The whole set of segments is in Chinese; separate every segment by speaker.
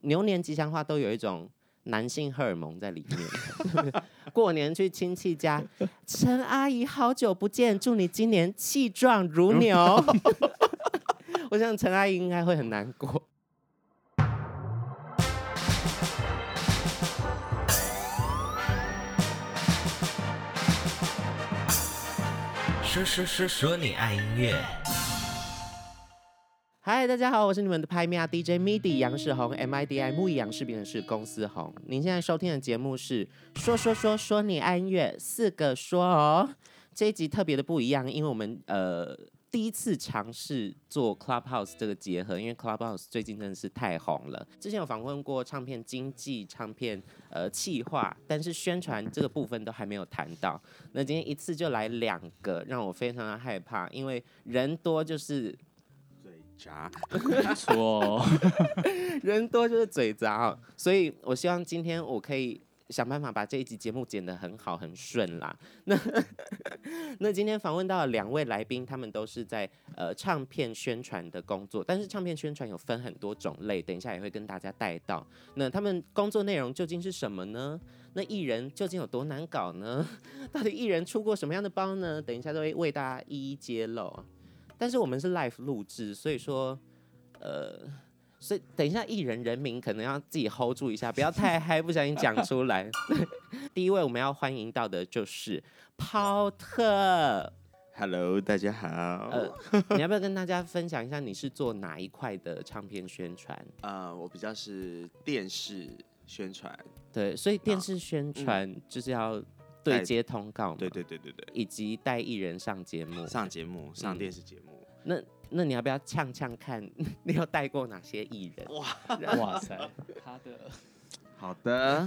Speaker 1: 牛年吉祥话都有一种男性荷尔蒙在里面。 过年去亲戚家，陈阿姨好久不见，祝你今年气壮如牛。 我想陈阿姨应该会很难过。
Speaker 2: 说说说说你爱音乐，
Speaker 1: 嗨，大家好，我是你们的拍咪啊 DJ MIDI 杨世宏，M I D I 木易杨氏变成是公司红。您现在收听的节目是《说说说说你爱音乐》，四个说哦。这一集特别的不一样，因为我们呃第一次尝试做 Clubhouse 这个结合，因为 Clubhouse 最近真的是太红了。之前有访问过唱片经纪、唱片呃企划，但是宣传这个部分都还没有谈到。那今天一次就来两个，让我非常的害怕，因为人多就是
Speaker 2: 啥？
Speaker 3: 没错，
Speaker 1: 人多就是嘴杂、哦，所以我希望今天我可以想办法把这一集节目剪得很好很顺啦。 那那今天访问到了两位来宾，他们都是在呃唱片宣传的工作，但是唱片宣传有分很多种类，等一下也会跟大家带到。那他们工作内容究竟是什么呢？那艺人究竟有多难搞呢？ 到底艺人出过什么样的包呢？等一下都会为大家一一揭露。但是我们是 live 录制，所以说，呃，所以等一下，艺人人名可能要自己 hold 住一下，不要太嗨，不小心讲出来。 第一位我们要欢迎到的就是抛特，
Speaker 2: Hello，大家好。
Speaker 1: 呃
Speaker 2: 呃，
Speaker 1: 你要不要跟大家分享一下你是做哪一块的唱片宣传？
Speaker 2: 呃我比较是电视宣传，
Speaker 1: 对，所以电视宣传就是要对接通告嘛，
Speaker 2: 对对对对对，
Speaker 1: 以及带艺人上节目。
Speaker 2: 上节目，上
Speaker 1: 嗯
Speaker 2: 电视节目。
Speaker 1: 那那你要不要呛呛看， 你有带过哪些艺人？
Speaker 3: 哇塞，他的
Speaker 2: 好的，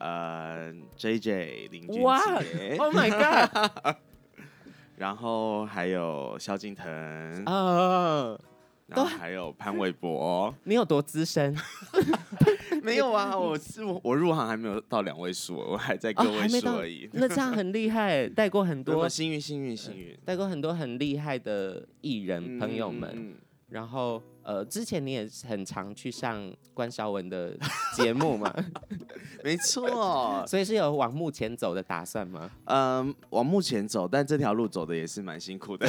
Speaker 2: 呃，J J 林俊
Speaker 1: 哇
Speaker 2: 杰，
Speaker 1: ，Oh my god！
Speaker 2: 然后还有萧敬腾，
Speaker 1: 啊、
Speaker 2: 然后还有潘玮 柏。
Speaker 1: 你有多资深？
Speaker 2: 没有啊，我是我入行还没有到两位数，我还在个
Speaker 1: 哦还
Speaker 2: 位
Speaker 1: 没
Speaker 2: 数
Speaker 1: 到
Speaker 2: 而已。
Speaker 1: 那这样很厉害，带过很多
Speaker 2: 多幸运，幸运，幸运。
Speaker 1: 带过很多很厉害的艺人
Speaker 2: 嗯
Speaker 1: 朋友
Speaker 2: 嗯
Speaker 1: 们，
Speaker 2: 嗯
Speaker 1: 然后呃，之前你也是很常去上关韶文的节目 嘛，
Speaker 2: 没错，
Speaker 1: 所以是有往幕前走的打算吗？
Speaker 2: 嗯，往目前走，但这条路走的也是蛮辛 苦的。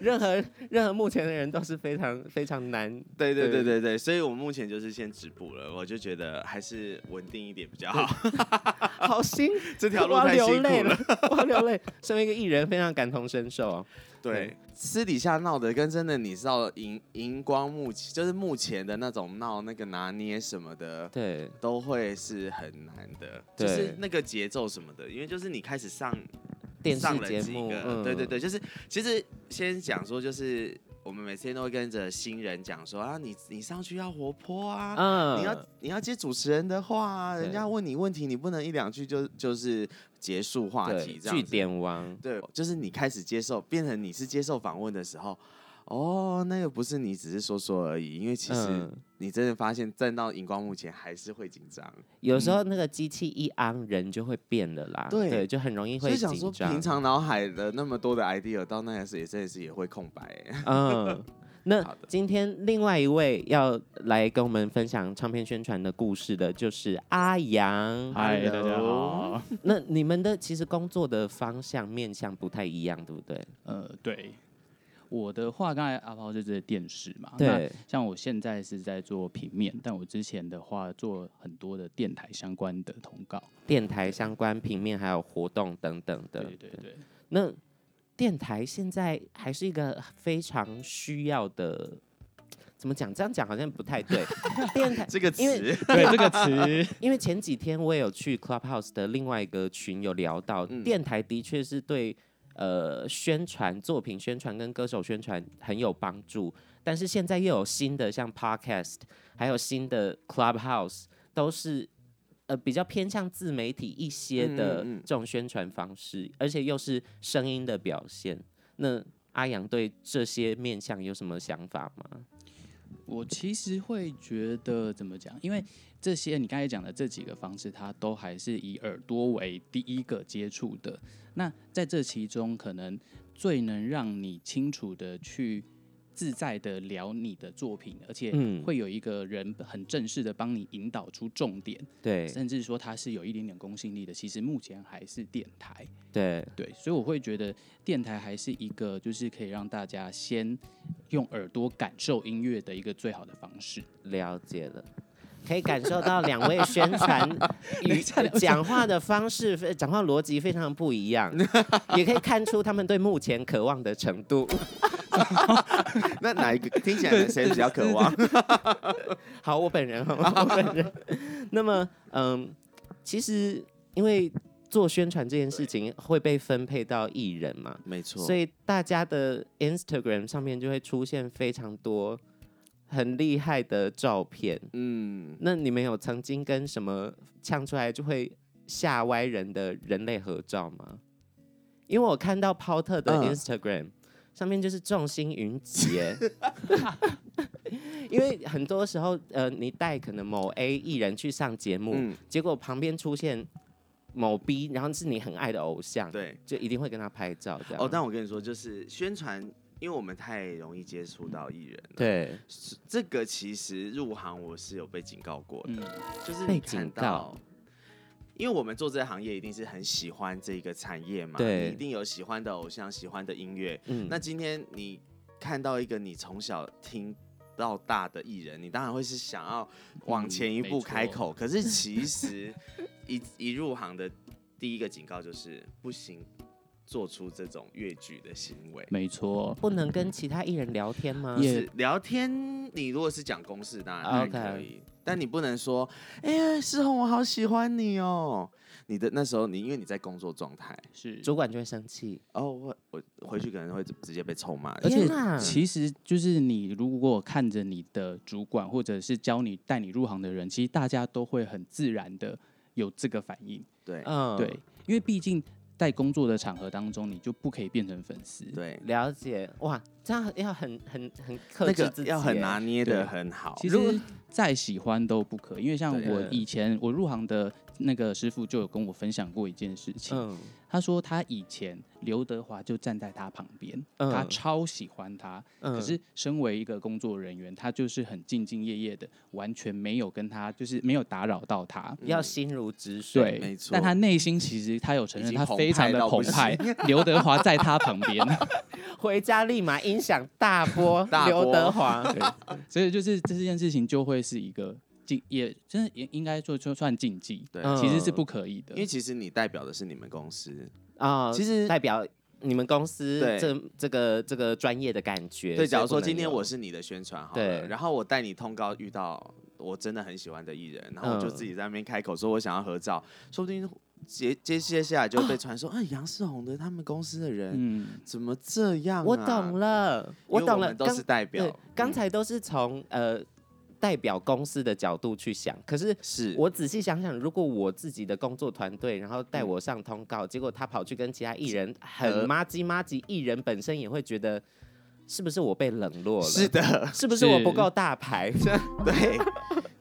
Speaker 1: 任何任何幕前的人都是非常非常 难，
Speaker 2: 对对
Speaker 1: 对
Speaker 2: 对对对，所以我目前就是先止步了，我就觉得还是稳定一点比较好。
Speaker 1: 好辛，
Speaker 2: 这 条路
Speaker 1: 我要
Speaker 2: 太
Speaker 1: 流
Speaker 2: 辛
Speaker 1: 泪
Speaker 2: 苦
Speaker 1: 了，我要流泪。身为一个艺人，非常感同身受哦。
Speaker 2: 对，私底下闹的跟真的你知道荧荧光幕前就是幕前的那种闹那个拿捏什么的，
Speaker 1: 对，
Speaker 2: 都会是很难的，
Speaker 1: 对
Speaker 2: 就是那个节奏什么的，因为就是你开始上
Speaker 1: 电视
Speaker 2: 上了
Speaker 1: 节
Speaker 2: 几
Speaker 1: 目
Speaker 2: 个，
Speaker 1: 嗯
Speaker 2: 对对对，就是其实先讲说，就是我们每天都会跟着新人讲说啊，你你上去要活泼啊。
Speaker 1: 嗯
Speaker 2: 你要你要接主持人的话啊，
Speaker 1: 对
Speaker 2: 人家问你问题，你不能一两句就就是结束话
Speaker 1: 对
Speaker 2: 题这样
Speaker 1: 据
Speaker 2: 子。
Speaker 1: 点王，
Speaker 2: 对，就是你开始接受，变成你是接受访问的时候，哦，那个不是你只是说说而已，因为其实
Speaker 1: 嗯
Speaker 2: 你真的发现站到荧光幕前还是会紧张。
Speaker 1: 有时候那个机器一昂，人就会变了啦，
Speaker 2: 对
Speaker 1: 就很容易
Speaker 2: 所
Speaker 1: 会
Speaker 2: 以
Speaker 1: 紧
Speaker 2: 想说，
Speaker 1: 张
Speaker 2: 平。常脑海的那么多的 idea，到那个时候也真的是也会空白 欸。
Speaker 1: 嗯，那
Speaker 2: 好的
Speaker 1: 今天另外一位要来跟我们分享唱片宣传的故事的，就是阿阳。
Speaker 2: 哎
Speaker 3: 嗨，大家
Speaker 2: Hello
Speaker 3: 好，
Speaker 1: 那你们的其实工作的方向面向不太一样，对不对？
Speaker 3: 呃，对，我的话，刚才阿抛就是电视嘛，，
Speaker 1: 对，
Speaker 3: 像我现在是在做平面，但我之前的话做很多的电台相关的通告，
Speaker 1: 电台相关平面还有活动等等的。
Speaker 3: 对对对，
Speaker 1: 那电台现在还是一个非常需要的，怎么讲？这样讲好像不太 对。电台
Speaker 2: 这个
Speaker 1: 因为
Speaker 2: 词，
Speaker 3: 对这个 词，
Speaker 1: 因为前几天我也有去 Clubhouse 的另外一个群有聊到，
Speaker 2: 嗯
Speaker 1: 电台的确是对呃宣传作品宣传跟歌手宣传很有帮助，但是现在又有新的像 Podcast，还有新的 Clubhouse，都是呃比较偏向自媒体一些的
Speaker 2: 嗯嗯嗯
Speaker 1: 这种宣传方式，而且又是声音的表现。那阿阳对这些面向有什么想法吗？
Speaker 3: 我其实会觉得怎么讲，因为这些你刚才讲的这几个方式，它都还是以耳朵为第一个接触的。那在这其中，可能最能让你清楚的去自在的聊你的作品，而且
Speaker 1: 嗯
Speaker 3: 会有一个人很正式的帮你引导出重点，
Speaker 1: 对
Speaker 3: 甚至说它是有一点点公信力的。其实目前还是电台，
Speaker 1: 对，
Speaker 3: 对，所以我会觉得电台还是一个就是可以让大家先用耳朵感受音乐的一个最好的方式。
Speaker 1: 了解了。可以感受到两位宣传
Speaker 3: 等
Speaker 1: 与
Speaker 3: 一下
Speaker 1: 讲话的方式、非讲话逻辑非常不一 样，也可以看出他们对目前渴望的程度。
Speaker 2: 那哪一个听起来谁比较渴望？
Speaker 1: 好，我本人，我本人。 那么，嗯，其实因为做宣传这件事情会被分配到艺人嘛，
Speaker 2: 没错，
Speaker 1: 所以大家的 Instagram 上面就会出现非常多很厉害的照片。
Speaker 2: 嗯，
Speaker 1: 那你们有曾经跟什么呛出来就会吓歪人的人类合照吗？因为我看到抛特的
Speaker 2: 嗯
Speaker 1: Instagram、上面就是众星云集耶， 因为很多时候呃，你带可能某 A 艺人去上节目，
Speaker 2: 嗯，
Speaker 1: 结果旁边出现某 B，然后是你很爱的偶像，
Speaker 2: 对。
Speaker 1: 就一定会跟他拍照这样。
Speaker 2: 哦，但我跟你说，就是宣传，因为我们太容易接触到艺人了。
Speaker 1: 对
Speaker 2: 这个其实入行我是有被警告过的，
Speaker 3: 嗯，
Speaker 2: 就是
Speaker 1: 被
Speaker 2: 你
Speaker 1: 警
Speaker 2: 看
Speaker 1: 告
Speaker 2: 到，因为我们做这个行业一定是很喜欢这个产业嘛，
Speaker 1: 对
Speaker 2: 你一定有喜欢的偶像、喜欢的音乐。
Speaker 1: 嗯
Speaker 2: 那今天你看到一个你从小听到大的艺人，你当然会是想要往前一
Speaker 3: 嗯没
Speaker 2: 步
Speaker 3: 错
Speaker 2: 开口。可 是其实一一入行的第一个警告就是不行，做出这种越矩的行为。
Speaker 3: 没错。
Speaker 1: 不能跟其他艺人聊天吗？
Speaker 3: 嗯也啊
Speaker 2: 是聊天，你如果是讲公事，当然当然
Speaker 1: OK
Speaker 2: 可以。但你不能说，哎、呀，世宏，我好喜欢你哦。你的那时候你，因为你在工作状态，
Speaker 3: 是
Speaker 1: 主管就会生气。
Speaker 2: 哦，我我回去可能会直接被臭骂。
Speaker 3: 而且
Speaker 1: 天哪
Speaker 3: 其实就是你如果看着你的主管或者是教你带你入行的人，其实大家都会很自然的有这个反应，
Speaker 2: 哎对
Speaker 1: 嗯，
Speaker 3: 对，，因为毕竟在工作的场合当中，你就不可以变成粉丝，
Speaker 2: 对，
Speaker 1: 了解哇，这样要很很很克
Speaker 2: 那
Speaker 1: 制
Speaker 2: 个
Speaker 1: 自己耶，
Speaker 2: 要很拿捏
Speaker 3: 对
Speaker 2: 的很好。
Speaker 3: 其
Speaker 1: 如果
Speaker 3: 实再喜欢都不可，因为像
Speaker 2: 对
Speaker 3: 我以前我入行的那个师傅就有跟我分享过一件事情，
Speaker 1: 嗯，
Speaker 3: 他说他以前刘德华就站在他旁边，
Speaker 1: 嗯
Speaker 3: 他超喜欢他，
Speaker 1: 嗯
Speaker 3: 可是身为一个工作人员，他就是很兢兢业业的，完全没有跟他就是没有打扰到他。
Speaker 1: 嗯
Speaker 2: 嗯
Speaker 1: 要心如止水。
Speaker 3: 对，
Speaker 2: 没错
Speaker 3: 但他内心其实他有承认，
Speaker 2: 已
Speaker 3: 他
Speaker 2: 经
Speaker 3: 非常的澎
Speaker 2: 澎
Speaker 3: 湃
Speaker 2: 湃。
Speaker 3: 刘德华在他旁 边，
Speaker 1: 回家立马音响大波
Speaker 2: 大波
Speaker 1: 刘德华，
Speaker 3: 所以就是这件事情就会是一个禁，也真的也应该说就算禁忌，
Speaker 2: 对，
Speaker 1: 嗯
Speaker 3: 其实是不可以的。
Speaker 2: 因为其实你代表的是你们公司，
Speaker 1: 啊，
Speaker 2: 其实
Speaker 1: 代表你们公司
Speaker 2: 对
Speaker 1: 这这个这个专业的感觉。
Speaker 2: 对，假如
Speaker 1: 所以不
Speaker 2: 说
Speaker 1: 能
Speaker 2: 今天
Speaker 1: 有
Speaker 2: 我是你的宣传好
Speaker 1: 对
Speaker 2: 了，然后我带你通告遇到我真的很喜欢的艺人，然后我就
Speaker 1: 嗯
Speaker 2: 自己在那边开口说我想要合照，说不定接接接下来就被传说，哎、杨世宏的他们公司的人、
Speaker 3: 嗯，
Speaker 2: 怎么这样、啊？
Speaker 1: 我懂了，我
Speaker 2: 因为
Speaker 1: 懂
Speaker 2: 们
Speaker 1: 了，
Speaker 2: 都
Speaker 1: 刚
Speaker 2: 是代表
Speaker 1: 对，，刚
Speaker 2: 嗯
Speaker 1: 才都是从呃代表公司的角度去想，可是
Speaker 2: 是
Speaker 1: 我仔细想想，如果我自己的工作团队，然后带我上通告，结果他跑去跟其他艺人很
Speaker 2: 嗯呃
Speaker 1: 妈鸡妈鸡，艺人本身也会觉得是不是我被冷落了？
Speaker 2: 是，的，
Speaker 1: 是不是我
Speaker 3: 是
Speaker 1: 不够大 牌？
Speaker 2: 对，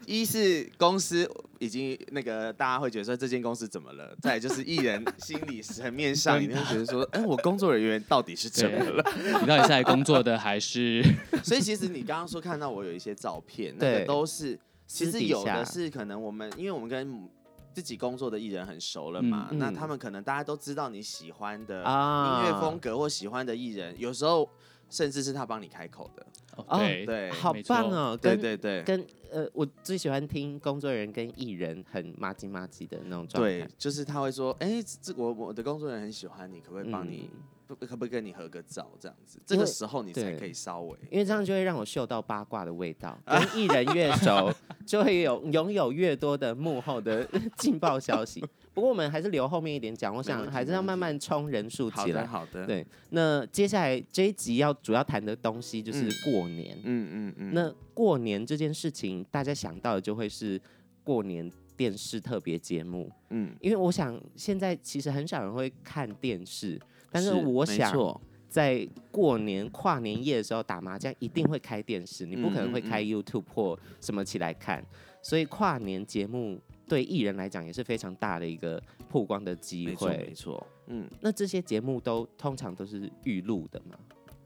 Speaker 2: 一是公司已经那个大家会觉得说这间公司怎么了，再来就是艺人心理层面上，你会觉得说，哎、我工作人员到底是怎么了？
Speaker 3: 你到底是来工作的还是？
Speaker 2: 所以其实你刚刚说看到我有一些照片，那
Speaker 1: 对
Speaker 2: 个都是 其
Speaker 1: 私
Speaker 2: 实
Speaker 1: 底
Speaker 2: 有
Speaker 1: 下
Speaker 2: 的是可能我们因为我们跟自己工作的艺人很熟了嘛，
Speaker 1: 嗯
Speaker 2: 那
Speaker 1: 嗯
Speaker 2: 他们可能大家都知道你喜欢的
Speaker 1: 啊
Speaker 2: 音乐风格或喜欢的艺人，有时候甚至是他帮你开口的，
Speaker 1: 哦
Speaker 3: 哦对
Speaker 2: 对，
Speaker 1: 好
Speaker 3: 没错
Speaker 1: 棒哦！
Speaker 2: 欸对
Speaker 1: 跟
Speaker 2: 对对。
Speaker 1: 跟呃，我最喜欢听工作人员跟艺人很妈鸡妈鸡的那种状
Speaker 2: 对
Speaker 1: 态。，
Speaker 2: 就是他会说，哎、这我我的工作人员很喜欢你，可不可以帮你，不可不可以跟你合个照这样子？
Speaker 1: 嗯
Speaker 2: 这
Speaker 1: 因为
Speaker 2: 个时候你才
Speaker 1: 对
Speaker 2: 可以稍微
Speaker 1: 因为这样就会让我嗅到八卦的味道，跟艺人越 熟，就会有拥有越多的幕后的劲爆消息。不过我们还是留后面一点讲，我
Speaker 2: 没
Speaker 1: 想
Speaker 2: 问题
Speaker 1: 还是要慢慢冲人数
Speaker 2: 好
Speaker 1: 起
Speaker 2: 的
Speaker 1: 来。
Speaker 2: 好的，
Speaker 1: 对，那接下来这一集要主要谈的东西就是
Speaker 2: 嗯
Speaker 1: 过年。
Speaker 2: 嗯嗯嗯，
Speaker 1: 那过年这件事情，大家想到的就会是过年电视特别节目，
Speaker 2: 嗯，
Speaker 1: 因为我想现在其实很少人会看电视，但是
Speaker 2: 是
Speaker 1: 我
Speaker 2: 没
Speaker 1: 想
Speaker 2: 错
Speaker 1: 在过年跨年夜的时候打麻将，一定会开电视，你不可能会开
Speaker 2: 嗯
Speaker 1: YouTube 或什么起来看。所以跨年节目对艺人来讲也是非常大的一个曝光的机
Speaker 2: 没错
Speaker 1: 会
Speaker 2: 没。错，嗯，
Speaker 1: 那这些节目都通常都是预录的嘛？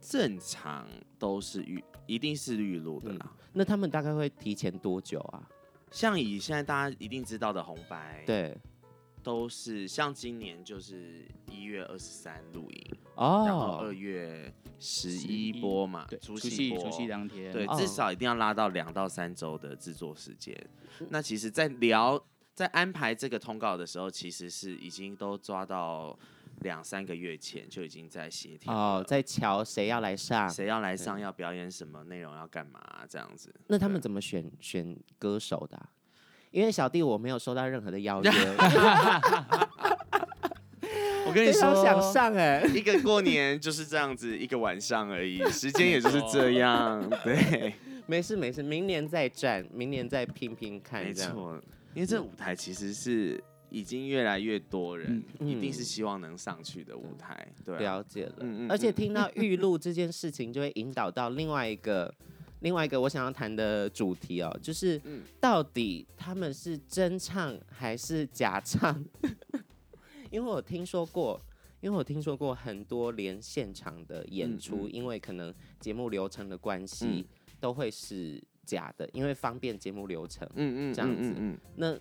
Speaker 2: 正常都是预，一定是预录
Speaker 1: 嗯
Speaker 2: 的啦。
Speaker 1: 那他们大概会提前多久啊？
Speaker 2: 像以现在大家一定知道的红白，，
Speaker 1: 对，
Speaker 2: 都是像今年就是一月二十三录影，然后
Speaker 1: 哦
Speaker 2: 二，月十
Speaker 3: 11
Speaker 2: 一播嘛
Speaker 3: 对，，啊除
Speaker 2: 夕
Speaker 3: 夕
Speaker 2: 播，
Speaker 3: 除夕当天，
Speaker 2: 对，
Speaker 1: 哦
Speaker 2: 至少一定要拉到两到三周的制作时间。那其实，在聊在安排这个通告的时候，其实是已经都抓到两三个月前就已经在协调
Speaker 1: 哦
Speaker 2: 了，
Speaker 1: 在瞧谁要来上，
Speaker 2: 谁要来上，要表演什么内容，要干嘛、这样子。
Speaker 1: 那他们
Speaker 2: 对
Speaker 1: 怎么选选歌手的啊、因为小弟我没有收到任何的 邀约，
Speaker 2: 我跟
Speaker 1: 非
Speaker 2: 你
Speaker 1: 常
Speaker 2: 说，
Speaker 1: 想上哎、
Speaker 2: 一个过年就是这样子，一个晚上而已，时间也就是这 样。对，
Speaker 1: 没事没事，明年再战，明年再拼拼看，
Speaker 2: 没
Speaker 1: 这样。
Speaker 2: 错，因为这舞台其实是已经越来越多人，
Speaker 1: 嗯
Speaker 2: 一定是希望能上去的舞台。对、啊，
Speaker 1: 了解了，
Speaker 2: 嗯嗯
Speaker 1: 而且
Speaker 2: 嗯
Speaker 1: 听到预录这件事情，就会引导到另外一 个。另外一个我想要谈的主题哦，就是
Speaker 2: 嗯
Speaker 1: 到底他们是真唱还是假唱？ 因为我听说过，因为我听说过很多连现场的演
Speaker 2: 嗯
Speaker 1: 出，
Speaker 2: 嗯
Speaker 1: 因为可能节目流程的关系，
Speaker 2: 嗯
Speaker 1: 都会是假的，因为方便节目流程。
Speaker 2: 嗯嗯，
Speaker 1: 这样子
Speaker 2: 嗯嗯嗯
Speaker 1: 那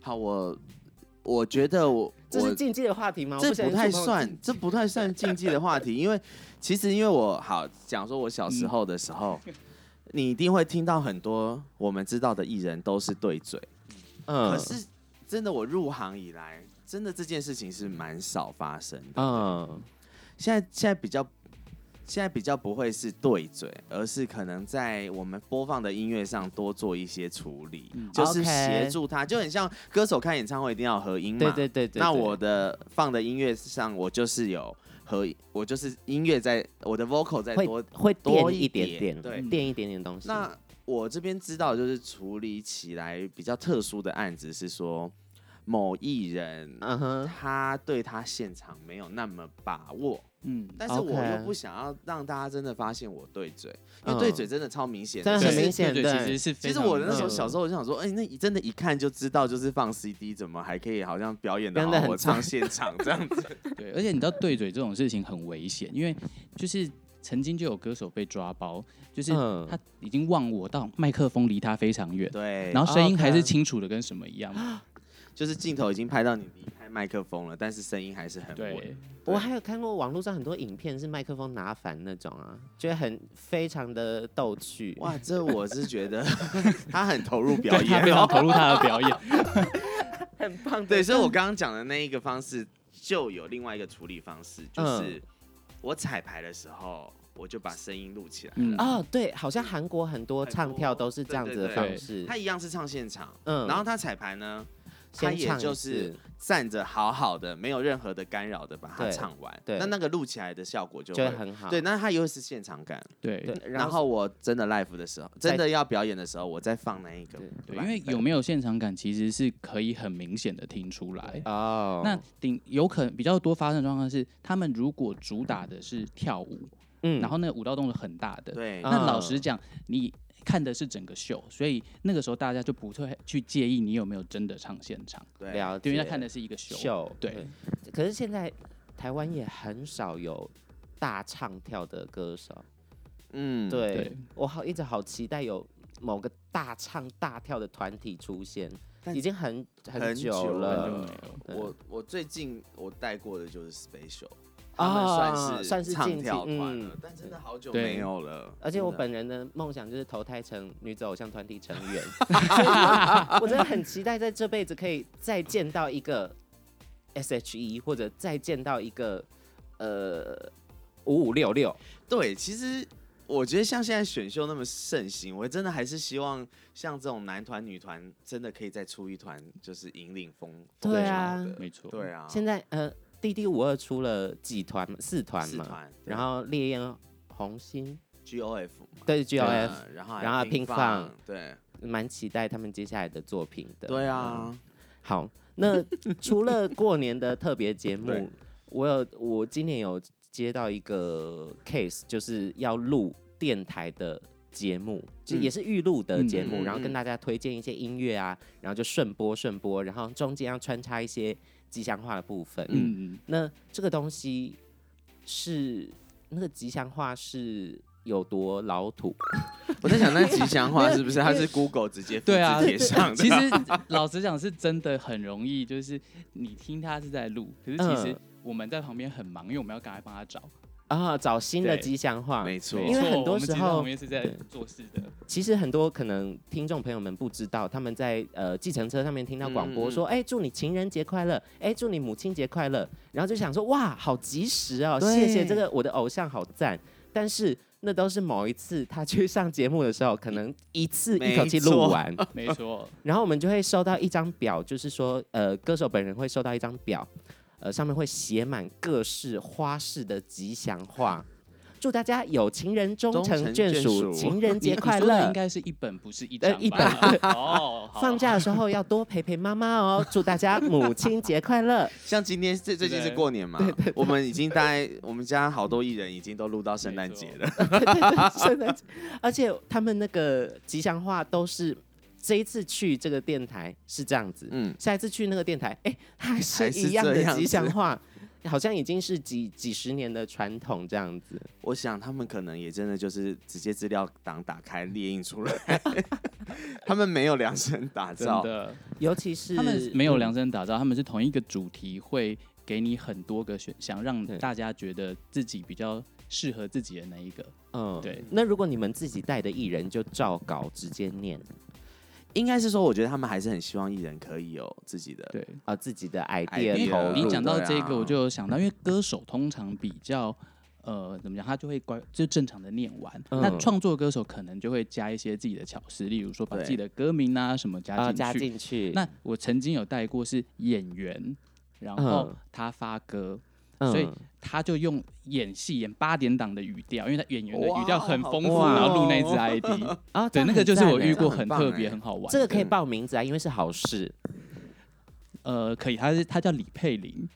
Speaker 2: 好，我我觉得我
Speaker 1: 这是
Speaker 2: 我
Speaker 1: 禁忌的话题吗？我
Speaker 2: 这
Speaker 1: 小心
Speaker 2: 不太
Speaker 1: 触碰到
Speaker 2: 算，这不太算禁忌的话题，因为其实因为我好讲说，我小时候的时候，
Speaker 1: 嗯
Speaker 2: 你一定会听到很多我们知道的艺人都是对嘴，
Speaker 1: 嗯，
Speaker 2: 可是真的我入行以来，真的这件事情是蛮少发生的。
Speaker 1: 嗯，
Speaker 2: 现在现在比较。现在比较不会是对嘴，而是可能在我们播放的音乐上多做一些处理，
Speaker 3: 嗯
Speaker 2: 就是协
Speaker 1: OK
Speaker 2: 助他，就很像歌手看演唱会一定要合音嘛，
Speaker 1: 对对对对对。
Speaker 2: 那我的放的音乐上，我就是有和我就是音乐在我的 vocal 再
Speaker 1: 会
Speaker 2: 多。
Speaker 1: 会
Speaker 2: 多
Speaker 1: 垫
Speaker 2: 一
Speaker 1: 点
Speaker 2: 点
Speaker 1: 点，
Speaker 2: 对
Speaker 1: 垫一点点东西。
Speaker 2: 那我这边知道，就是处理起来比较特殊的案子是说，某艺人
Speaker 1: 嗯哼，
Speaker 2: 他对他现场没有那么把握，
Speaker 3: 嗯，
Speaker 2: 但是我
Speaker 1: OK
Speaker 2: 又不想要让大家真的发现我对嘴，
Speaker 1: 嗯
Speaker 2: 因为对嘴真的超明显，
Speaker 1: 真的
Speaker 3: 对
Speaker 1: 很明
Speaker 3: 对
Speaker 1: 显
Speaker 3: 对
Speaker 1: 对
Speaker 3: 其实是非
Speaker 2: 其实
Speaker 3: 常
Speaker 2: 我那时候
Speaker 1: 嗯
Speaker 2: 小时候我就想说，哎、那真的，一看就知道，就是放 CD 怎么还可以好像表演的
Speaker 1: 真的
Speaker 2: 好，
Speaker 1: 很
Speaker 2: 我唱现场这样子。
Speaker 3: 对，而且你知道对嘴这种事情很危险，因为就是曾经就有歌手被抓包，就是
Speaker 1: 嗯
Speaker 3: 他已经忘我到麦克风离他非常远，
Speaker 2: 对，
Speaker 3: 然后声音还是
Speaker 1: OK
Speaker 3: 清楚的跟什么一样嘛。
Speaker 2: 就是镜头已经拍到你离开麦克风了，但是声音还是很稳
Speaker 3: 对。，
Speaker 1: 我还有看过网络上很多影片是麦克风拿反那种啊，觉得很非常的逗趣。
Speaker 2: 哇，这我是觉得他很投入表
Speaker 3: 对他
Speaker 2: 演
Speaker 3: 非常
Speaker 2: 哦。
Speaker 3: 投入他的 表演。
Speaker 1: 很棒
Speaker 2: 对，所以我刚刚讲的那一个方式，就有另外一个处理方式，就是我彩排的时候，我就把声音录起来。
Speaker 3: 嗯，
Speaker 1: 哦，对，好像韩国很多
Speaker 2: 很
Speaker 1: 唱跳
Speaker 2: 多
Speaker 1: 都是这
Speaker 2: 对
Speaker 1: 样
Speaker 2: 对
Speaker 1: 子的
Speaker 2: 对
Speaker 1: 方式。
Speaker 2: 他一样是唱现场，
Speaker 1: 嗯
Speaker 2: 然后他彩排呢，他
Speaker 1: 先
Speaker 2: 也
Speaker 1: 唱一
Speaker 2: 就是
Speaker 1: 次
Speaker 2: 站着好好的，没有任何的干扰的把它
Speaker 1: 对
Speaker 2: 唱完。
Speaker 1: 对
Speaker 2: 那那个录起来的效果就
Speaker 1: 就会
Speaker 2: 会
Speaker 1: 很好。
Speaker 2: 对，那它又是现场感。
Speaker 3: 对
Speaker 1: 对，
Speaker 2: 然后我真的 live 的时候，
Speaker 1: 再
Speaker 2: 真的要表演的时候，我再放那一个
Speaker 1: 对，
Speaker 3: 对，
Speaker 2: 吧
Speaker 3: 因为有没有现场感其实是可以很明显的听出来。
Speaker 1: 哦，
Speaker 3: 那顶有可能比较多发生的状况是，他们如果主打的是跳舞，
Speaker 1: 嗯
Speaker 3: 然后那个舞蹈动作很大的，
Speaker 2: 对
Speaker 1: 啊
Speaker 3: 那老实讲，你看的是整个秀，所以那个时候大家就不会去介意你有没有真的唱现场，
Speaker 2: 对
Speaker 1: 了解，
Speaker 3: 因为他看的是一个秀。
Speaker 1: 秀
Speaker 3: 对，
Speaker 1: 可是现在台湾也很少有大唱跳的歌手。
Speaker 2: 嗯，
Speaker 1: 对，
Speaker 3: 对
Speaker 1: 我好一直好期待有某个大唱大跳的团体出现，
Speaker 2: 但
Speaker 1: 已经很
Speaker 2: 很
Speaker 1: 久
Speaker 2: 久
Speaker 3: 很
Speaker 2: 了
Speaker 3: 久
Speaker 1: 了嗯
Speaker 3: 没有
Speaker 1: 对
Speaker 2: 我我最近我带过的就是 Special，他们
Speaker 1: 啊，
Speaker 2: 算是
Speaker 1: 算是
Speaker 2: 唱
Speaker 1: 近期
Speaker 2: 跳团了
Speaker 1: 嗯，
Speaker 2: 但真的好久
Speaker 3: 对
Speaker 2: 没有了。
Speaker 1: 而且我
Speaker 2: 真的
Speaker 1: 本人的梦想就是投胎成女子偶像团体成 员， 所以我我真的很期待在这辈子可以再见到一个 S.H.E，或者再见到一个呃五五六六。
Speaker 2: 对，其实我觉得像现在选秀那么盛行，我真的还是希望像这种男团女团真的可以再出一团，就是引领风风
Speaker 1: 对
Speaker 2: 潮
Speaker 1: 啊
Speaker 2: 的。
Speaker 3: 没错，
Speaker 2: 对啊，
Speaker 1: 现在呃，弟弟五二出了几团？四团
Speaker 2: 四
Speaker 1: 嘛，
Speaker 2: 团，对
Speaker 1: 然后烈焰红心，
Speaker 2: G O F 嘛，
Speaker 1: 对 G O
Speaker 2: 对
Speaker 1: F，
Speaker 2: 啊然后
Speaker 1: 然后 Pink
Speaker 2: Pink
Speaker 1: Fun
Speaker 2: 对
Speaker 1: 蛮期待他们接下来的作品的。嗯
Speaker 2: 对啊，
Speaker 1: 好，那除了过年的特别节目
Speaker 2: 对，
Speaker 1: 我有我今年有接到一个 case，就是要录电台的节目，就
Speaker 2: 嗯
Speaker 1: 也是预录的节目，
Speaker 2: 嗯嗯
Speaker 1: 然后跟
Speaker 2: 嗯
Speaker 1: 大家推荐一些音乐啊，然后就顺播顺播，然后中间要穿插一
Speaker 2: 嗯
Speaker 1: 些吉祥话的部分。嗯，
Speaker 3: 嗯，
Speaker 1: 那这个东西是那个吉祥话是有多老土？
Speaker 2: 我在想那吉祥话是不是？它是 Google 直接复
Speaker 3: 对啊
Speaker 2: 制贴上的。
Speaker 3: 其实老实讲，是真的很容易，就是你听他是在录，可是其实
Speaker 1: 嗯
Speaker 3: 我们在旁边很忙，因为我们要赶快帮他找。
Speaker 1: 啊、找新的
Speaker 3: 对
Speaker 1: 吉祥话。
Speaker 2: 没错，
Speaker 1: 因为很
Speaker 3: 没错
Speaker 1: 多
Speaker 3: 我们
Speaker 1: 时
Speaker 3: 其实在
Speaker 1: 候
Speaker 3: 旁边是在
Speaker 1: 对
Speaker 3: 做事的，
Speaker 1: 其实很多可能听众朋友们不知道，他们在呃计程车上面听到广播
Speaker 2: 嗯嗯
Speaker 1: 说：“哎、祝你情人节快乐，哎、祝你母亲节快乐。”然后就想说：“哇，好及时哦，
Speaker 2: 对
Speaker 1: 谢谢这个我的偶像，好赞。”但是那都是某一次他去上节目的时候，可能一次一口气
Speaker 2: 没
Speaker 1: 录
Speaker 2: 错
Speaker 1: 完，
Speaker 3: 没错，
Speaker 1: 然后我们就会收到一张表，就是说，呃，歌手本人会收到一张表，呃，上面会写满各式花式的吉祥话，祝大家有情人终
Speaker 2: 终
Speaker 1: 成
Speaker 2: 成
Speaker 1: 眷
Speaker 2: 眷
Speaker 1: 属，
Speaker 2: 属
Speaker 1: 情人节
Speaker 3: 你
Speaker 1: 快
Speaker 3: 你说的
Speaker 1: 乐
Speaker 3: 应。该是一本，不是一
Speaker 1: 呃
Speaker 3: 张吧，
Speaker 1: 一
Speaker 3: 哦，好
Speaker 1: 放假的时候要多陪陪妈妈哦，祝大家母亲节快 乐。
Speaker 2: 像今天最最近是过年嘛，我们已经大概我们家好多艺人已经都录到圣诞节了，
Speaker 1: 圣诞节而且他们那个吉祥话都是这一次去这个电台是这样子，
Speaker 2: 嗯，
Speaker 1: 下一次去那个电台，哎、还是
Speaker 2: 还是
Speaker 1: 一样
Speaker 2: 这
Speaker 1: 的
Speaker 2: 样
Speaker 1: 吉
Speaker 2: 子
Speaker 1: 祥话，好像已经是几几十年的传统这样子。
Speaker 2: 我想他们可能也真的就是直接资料档打开列印出 来，他们没有量身打
Speaker 3: 真
Speaker 2: 造，
Speaker 3: 的，
Speaker 1: 尤其是
Speaker 3: 他们没有
Speaker 1: 嗯
Speaker 3: 量身打造，他们是同一个主题会给你很多个选项，让
Speaker 1: 对
Speaker 3: 大家觉得自己比较适合自己的那一个。
Speaker 1: 嗯
Speaker 3: 对
Speaker 1: 那如果你们自己带的艺人，就照稿直接念
Speaker 2: 应该是说，我觉得他们还是很希望艺人可以有自己的，
Speaker 3: 对，
Speaker 1: 啊、自己的
Speaker 2: 也
Speaker 1: idea
Speaker 3: 因
Speaker 1: 投
Speaker 3: 为
Speaker 1: 入。
Speaker 3: 你讲到
Speaker 2: 对啊
Speaker 3: 这个，我就有想到，因为歌手通常比较。呃，怎么讲？他就会乖，就正常的念完。
Speaker 1: 嗯
Speaker 3: 那创作歌手可能就会加一些自己的巧思，例如说把
Speaker 2: 对
Speaker 3: 自己的歌名啊什么加
Speaker 1: 啊
Speaker 3: 进去。
Speaker 1: 加进去，
Speaker 3: 那我曾经有带过是演员，然后
Speaker 1: 嗯
Speaker 3: 他发歌，
Speaker 1: 嗯
Speaker 3: 所以他就用演戏演八点档的语调，因为他演员的
Speaker 2: 哇
Speaker 3: 语调很丰富，
Speaker 1: 哇
Speaker 3: 然后录那支 ID，
Speaker 1: 啊，这
Speaker 3: 对，
Speaker 1: 样
Speaker 3: 那个
Speaker 1: 很
Speaker 3: 就是我
Speaker 1: 赞欸
Speaker 3: 遇过
Speaker 2: 这很
Speaker 3: 很
Speaker 2: 棒
Speaker 3: 特
Speaker 2: 欸
Speaker 3: 别很好玩的。
Speaker 1: 这个可以报名字啊，因为是好事。
Speaker 3: 呃，可以，他是他叫李佩玲，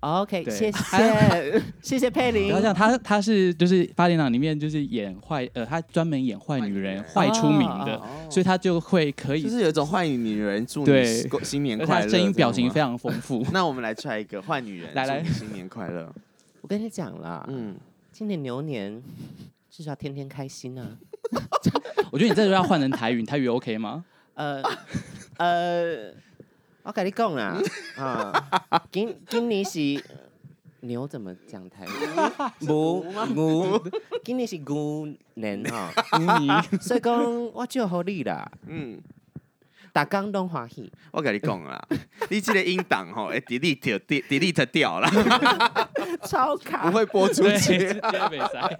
Speaker 1: OK，
Speaker 3: 对
Speaker 1: 谢
Speaker 3: 还
Speaker 1: 谢谢谢佩
Speaker 3: 不
Speaker 1: 玲
Speaker 3: 要。像他他是就是八点档里面就是演坏呃，他专门演坏女人
Speaker 2: 坏
Speaker 3: 坏
Speaker 1: 女人
Speaker 3: 出名
Speaker 1: 哦
Speaker 3: 的，所以他就会可以
Speaker 2: 就，是有一种坏女人祝你
Speaker 3: 对
Speaker 2: 过新年
Speaker 3: 而且
Speaker 2: 快
Speaker 3: 他
Speaker 2: 乐，
Speaker 3: 声音表情
Speaker 2: 这
Speaker 3: 非
Speaker 2: 样
Speaker 3: 常丰富
Speaker 2: 吗。。那我们来 try 一个坏女人，
Speaker 3: 来来
Speaker 2: 祝你新年快乐，
Speaker 1: 我跟你讲啦，
Speaker 2: 嗯，
Speaker 1: 今年牛年至少天天开心啊。
Speaker 3: 我觉得你这就要换成台语，你台语 OK 吗？
Speaker 1: 呃呃，我跟你讲 啦，啊，今今年是呃牛怎么讲 台语？ 牛牛，今年是牛年 哈，所以讲我就好你啦，
Speaker 2: 嗯，
Speaker 1: 大家拢欢喜。
Speaker 2: 我跟你讲啦，你这个音档吼，哎，delete 掉，delete 掉了，
Speaker 1: 超卡
Speaker 2: 不会播出
Speaker 3: 对，
Speaker 2: 去。
Speaker 3: 直接被塞。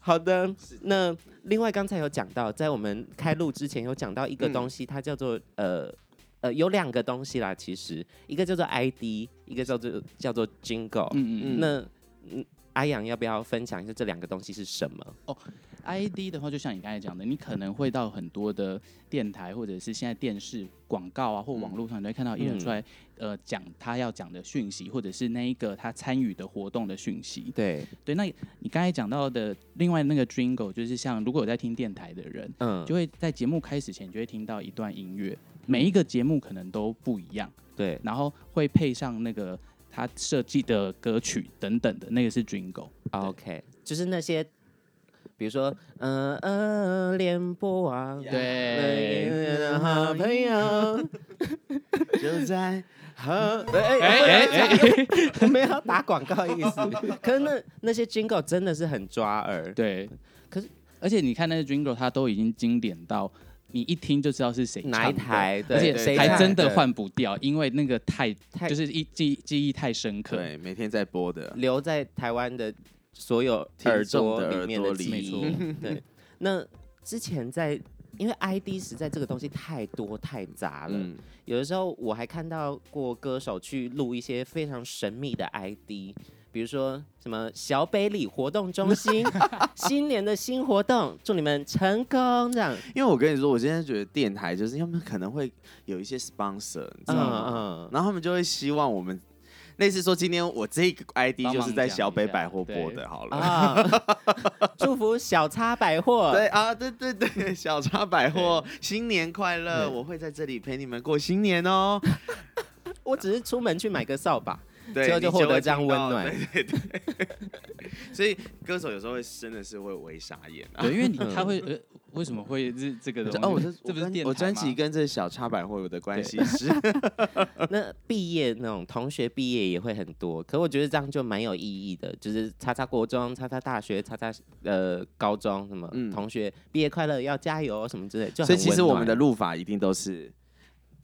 Speaker 1: 好的，那另外刚才有讲到，在我们开录之前有讲到一个东西，它叫做呃呃有两个东西啦，其实一个叫做 ID，一个叫做叫做 Jingle。
Speaker 3: 嗯嗯嗯。
Speaker 1: 那嗯，阿阳要不要分享一下这两个东西是什么？
Speaker 3: ID 的话，就像你刚才讲的，你可能会到很多的电台或者是现在电视广告啊，或网络上，你都会看到艺
Speaker 1: 嗯
Speaker 3: 人出来、呃讲他要讲的讯息，或者是那一个他参与的活动的讯息。
Speaker 1: 对，
Speaker 3: 对，那你刚才讲到的另外那个 Jingle，就是像如果有在听电台的人，
Speaker 1: 嗯，
Speaker 3: 就会在节目开始前就会听到一段音乐，每一个节目可能都不一样，
Speaker 1: 对，
Speaker 3: 然后会配上那个他设计的歌曲等等的，那个是 Jingle。
Speaker 1: OK，就是那些，比如说，嗯、呃、嗯，联播啊，
Speaker 3: 对
Speaker 1: 呃好朋 友，
Speaker 2: 就在
Speaker 1: 好，哎哎
Speaker 3: 哎哎
Speaker 1: 哎， 我没有要打广告的意思，可是那那些 Jingle 真的是很抓耳，
Speaker 3: 对，
Speaker 1: 可是
Speaker 3: 而且你看那个 Jingle，它都已经经典到你一听就知道是谁唱的
Speaker 1: 哪一，台？
Speaker 3: 而
Speaker 1: 对，谁
Speaker 3: 且还真的
Speaker 1: 唱
Speaker 3: 换不掉，因为那个太
Speaker 1: 太
Speaker 3: 就是一记记忆太深刻。
Speaker 2: 对，每天在播的，
Speaker 1: 留在台湾的所有耳朵里面的记
Speaker 3: 听众
Speaker 1: 忆
Speaker 3: 的耳朵。
Speaker 1: 对，那之前在因为 ID 实在这个东西太多太杂了，
Speaker 2: 嗯，
Speaker 1: 有的时候我还看到过歌手去录一些非常神秘的 ID。比如说什么小北里活动中心，新年的新活动，祝你们成功这样。
Speaker 2: 因为我跟你说，我现在觉得电台就是他们可能会有一些 sponsor，你 知
Speaker 1: 嗯
Speaker 2: 道吗？
Speaker 1: 嗯，
Speaker 2: 然后他们就会希望我们。类似说，今天我这个 ID
Speaker 3: 帮忙
Speaker 2: 就是在小北
Speaker 3: 讲一下
Speaker 2: 百货播
Speaker 3: 对
Speaker 2: 的，好了。
Speaker 1: 啊， 祝福小叉百货。
Speaker 2: 对啊，对对对， 小茶百货，新年快乐！
Speaker 1: 对
Speaker 2: 我会在这里陪你们过新年哦。
Speaker 1: 我只是出门去买个扫把，
Speaker 2: 对，
Speaker 1: 结果就
Speaker 2: 你
Speaker 1: 获得
Speaker 2: 会
Speaker 1: 这样
Speaker 2: 听
Speaker 1: 温
Speaker 2: 到
Speaker 1: 暖
Speaker 2: 对对对。 所以歌手有时候会真的是会微傻眼啊。
Speaker 3: 对，因 为你他会呃，为什么会这这个东西？
Speaker 2: 哦，我这
Speaker 3: 这不是电
Speaker 2: 我
Speaker 3: 台
Speaker 2: 专
Speaker 3: 吗
Speaker 2: 辑跟这小插板会有的关 系是，
Speaker 1: 那毕业那种同学毕业也会很多，可我觉得这样就蛮有意义的，就是擦擦国中、擦擦大学、擦擦呃高中什么、
Speaker 2: 嗯
Speaker 1: 同学毕业快乐，要加油什么之类，就
Speaker 2: 所
Speaker 1: 很
Speaker 2: 以其实
Speaker 1: 温
Speaker 2: 我
Speaker 1: 暖
Speaker 2: 们的录法一定都是，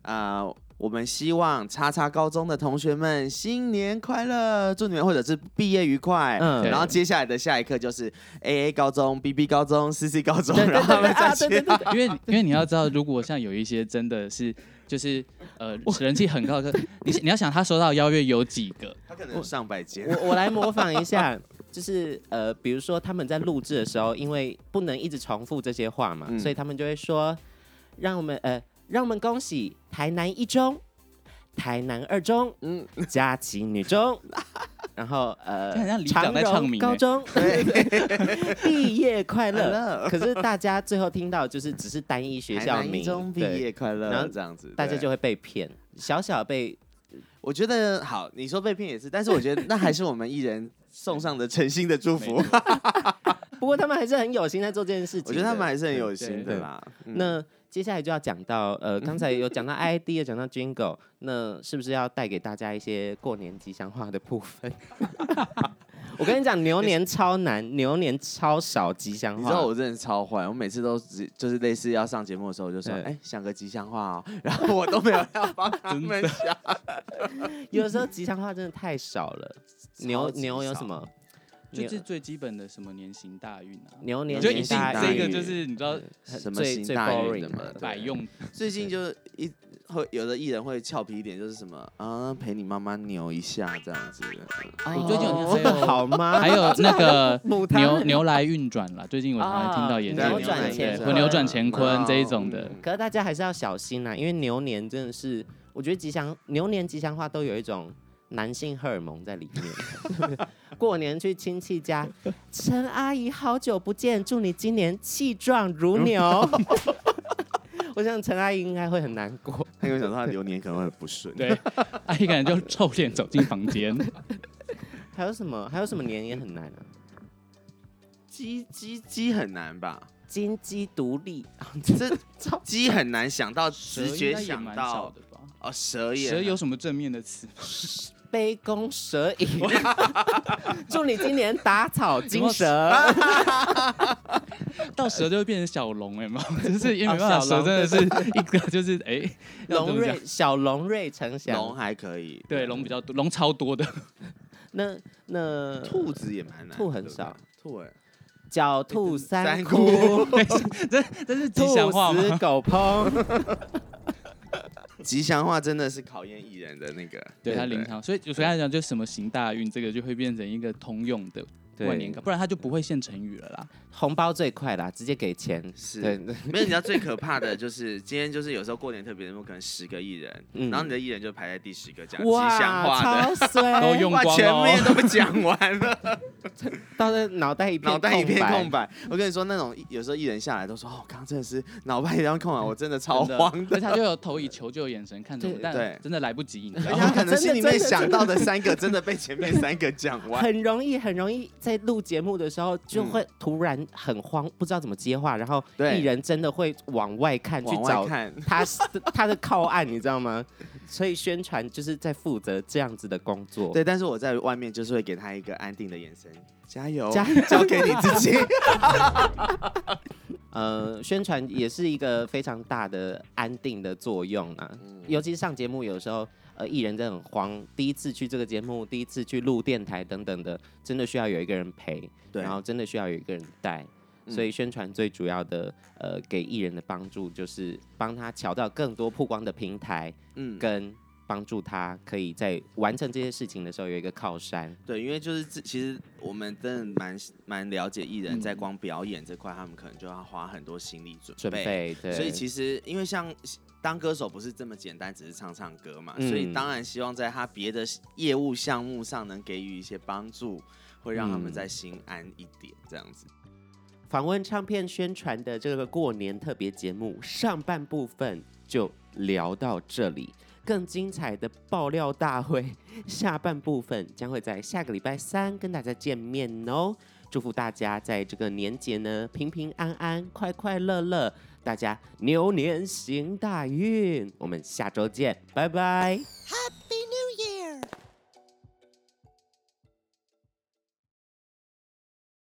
Speaker 2: 啊，我们希望叉叉高中的同学们新年快乐，祝你们或者是毕业愉快。
Speaker 1: 嗯
Speaker 2: 然后接下来的下一刻就是 A A 高中、B B 高中、C C 高中，
Speaker 1: 对对啊
Speaker 2: 然后他们再
Speaker 1: 对对
Speaker 2: 去
Speaker 1: 对
Speaker 3: 因为因为你要知道，如果像有一些真的是就是呃人气很高的歌，你你要想他收到邀约有几个？
Speaker 2: 他可能有上百间。
Speaker 1: 我我来模仿一下，就是呃，比如说他们在录制的时候，因为不能一直重复这些话嘛，
Speaker 2: 嗯
Speaker 1: 所以他们就会说，让我们呃，让我们恭喜台南一中、台南二中、
Speaker 2: 嗯，
Speaker 1: 佳琪女中， 然后呃
Speaker 3: 这很像，里
Speaker 1: 长
Speaker 3: 长在唱
Speaker 1: 荣
Speaker 3: 名
Speaker 1: 高
Speaker 2: 哎
Speaker 3: 欸
Speaker 1: 中， 毕业快
Speaker 2: 快
Speaker 1: 乐。
Speaker 2: 乐，
Speaker 1: 可是大家最后听到就是只是单一学
Speaker 2: 台
Speaker 1: 校
Speaker 2: 南一
Speaker 1: 名，
Speaker 2: 中毕
Speaker 1: 对
Speaker 2: 业快乐，
Speaker 1: 然后
Speaker 2: 这样子，
Speaker 1: 大家
Speaker 2: 对
Speaker 1: 就会被骗，小小被
Speaker 2: 我觉得好，你说被骗也是，但是我 觉得那还是我们艺人送上的诚心的祝福。
Speaker 1: 不过他们还是很有心在做这件事情的。
Speaker 2: 我觉得他们还是很有心的啦。嗯
Speaker 1: 那接下来就要讲到，呃，刚才有讲到 ID，有讲到 Jingle，那是不是要带给大家一些过年吉祥话的部 分？我跟你讲，牛年超难，牛年超少吉祥
Speaker 2: 你
Speaker 1: 话。
Speaker 2: 知道我真的超坏，我每次都只就是类似要上节目的时候，我就说
Speaker 1: 对
Speaker 2: 哎、想个吉祥话哦， 然后我都没有要帮他们 想。
Speaker 1: 有时候吉祥话真的太少了。牛牛有什？么？牛
Speaker 3: 就是最基本的什么年行大运啊，
Speaker 1: 牛年
Speaker 3: 就
Speaker 1: 年
Speaker 3: 一定
Speaker 1: 大
Speaker 3: 这
Speaker 1: 运
Speaker 3: 个就是你知道
Speaker 2: 什么
Speaker 1: 最
Speaker 2: 新
Speaker 1: 最
Speaker 2: 大运
Speaker 1: boring
Speaker 2: 的嘛
Speaker 1: 的？
Speaker 2: 对
Speaker 3: 百用
Speaker 2: 最近就是一会有的艺人会俏皮一点，就是什么啊陪你妈妈扭一下这样子。
Speaker 3: 我最近有
Speaker 1: 哦
Speaker 3: 听还有
Speaker 1: 好吗？
Speaker 3: 还有那个
Speaker 1: 母汤
Speaker 3: 牛牛来运转啦，最近我常常听到也是
Speaker 1: 啊
Speaker 2: 对
Speaker 1: 扭转
Speaker 2: 来运
Speaker 1: 乾
Speaker 3: 对
Speaker 1: 坤
Speaker 3: 或扭转乾坤这一种的
Speaker 2: 嗯。
Speaker 1: 可是大家还是要小心啦、啊因为牛年真的是，我觉得吉祥牛年吉祥话都有一种男性荷尔蒙在里面。 过年去亲戚家，陈阿姨好久不见，祝你今年气壮如牛。 我想陈阿姨应该会很难过。
Speaker 2: 他有想到他流年可能会很不顺。
Speaker 3: 对，啊阿姨感觉就臭脸走进房间，
Speaker 1: 还有什么？还有什么年也很难啊？
Speaker 2: 鸡鸡鸡很难吧？
Speaker 1: 金鸡独立，
Speaker 2: 这鸡很难想到，直觉想到
Speaker 3: 的吧？
Speaker 2: 哦，蛇也
Speaker 3: 蛇有什么正面的词？
Speaker 1: 杯弓蛇 影。祝你今年打草惊蛇。
Speaker 2: 啊
Speaker 3: 到蛇就会变成小龙哎嘛，就是因为没
Speaker 1: 啊小
Speaker 3: 办法，蛇
Speaker 1: 龙
Speaker 3: 真的是一个就是哎，要
Speaker 1: 龙
Speaker 3: 怎么讲
Speaker 1: 瑞小龙瑞成
Speaker 2: 龙
Speaker 1: 祥，
Speaker 2: 还可以，
Speaker 3: 对龙比较多，龙超多的，
Speaker 1: 那那
Speaker 2: 兔子也蛮难，
Speaker 1: 兔很
Speaker 2: 对不
Speaker 1: 少
Speaker 2: 对，兔哎，
Speaker 1: 狡兔三
Speaker 2: 三
Speaker 1: 窟
Speaker 2: 窟，
Speaker 3: 这这是吉
Speaker 1: 兔
Speaker 3: 祥话
Speaker 1: 死
Speaker 3: 吗？
Speaker 1: 狗烹。
Speaker 2: 吉祥话真的是考验艺人的那个，
Speaker 3: 对他
Speaker 2: 不
Speaker 3: 临场，所以就所以他讲就什么行大运，这个就会变成一个通用的万年梗，不然他就不会现成语了啦。
Speaker 1: 红包最快啦，直接给钱。
Speaker 2: 是
Speaker 1: 对，
Speaker 2: 没有，你知道最可怕的就是今天就是有时候过年特别，可能十个艺人，
Speaker 1: 嗯
Speaker 2: 然后你的艺人就排在第十个讲吉祥
Speaker 1: 哇，
Speaker 2: 话的，
Speaker 1: 超衰，
Speaker 3: 都用
Speaker 2: 哇，
Speaker 3: 光
Speaker 2: 前
Speaker 3: 哦
Speaker 2: 面都讲完 了，
Speaker 1: 到那脑袋一片
Speaker 2: 脑袋一片
Speaker 1: 白
Speaker 2: 空。白。我跟你说，那种有时候艺人下来都说，哦，刚刚真的是脑袋一片空白，我真的超
Speaker 3: 真的
Speaker 2: 慌
Speaker 3: 所
Speaker 2: 的。
Speaker 3: 以他就有投以求救的眼神看着我
Speaker 1: 对，
Speaker 2: 对
Speaker 3: 但真的来不及，你知
Speaker 2: 而
Speaker 3: 道
Speaker 2: 且
Speaker 3: 吗？
Speaker 2: 他可能心里
Speaker 1: 真
Speaker 2: 面
Speaker 1: 的真的
Speaker 2: 想到的三个，真的被前面三个讲 完。
Speaker 1: 很容易，很容易在录节目的时候就会突然很慌，不知道怎么接话，然后
Speaker 2: 嗯对
Speaker 1: 艺人真的会往外看去
Speaker 2: 往外
Speaker 1: 找
Speaker 2: 看，
Speaker 1: 他 他的靠岸，你知道吗？所以宣传就是在负责这样子的工作。
Speaker 2: 对，但是我在外面就是会给他一个安定的眼神，加油，
Speaker 1: 加
Speaker 2: 交给你自己。
Speaker 1: 呃，宣传也是一个非常大的安定的作用啊。
Speaker 2: 嗯
Speaker 1: 尤其是上节目，有时候呃，艺人真的很慌，第一次去这个节目，第一次去录电台等等的，真的需要有一个人陪，
Speaker 2: 对
Speaker 1: 然后真的需要有一个人带。
Speaker 2: 嗯
Speaker 1: 所以宣传最主要的，呃，给艺人的帮助就是帮他瞧到更多曝光的平台，
Speaker 2: 嗯，
Speaker 1: 跟帮助他可以在完成这些事情的时候有一个靠山。
Speaker 2: 对，因为就是自其实我们真的蛮蛮了解艺
Speaker 1: 嗯
Speaker 2: 人，在光表演这块，他们可能就要花很多心力准
Speaker 1: 准备，对，
Speaker 2: 所以其实因为像当歌手不是这么简单，只是唱唱歌嘛，
Speaker 1: 嗯
Speaker 2: 所以当然希望在他别的业务项目上能给予一些帮助，会让他们
Speaker 1: 嗯
Speaker 2: 再心安一点，这样子。
Speaker 1: 访问唱片宣传的这个过年特别节目上半部分就聊到这里。更精彩的爆料大会下半部分将会在下个礼拜三跟大家见面哦。祝福大家在这个年节呢平平安安、快快乐乐，大家牛年行大运。我们下周见，拜拜。
Speaker 4: Happy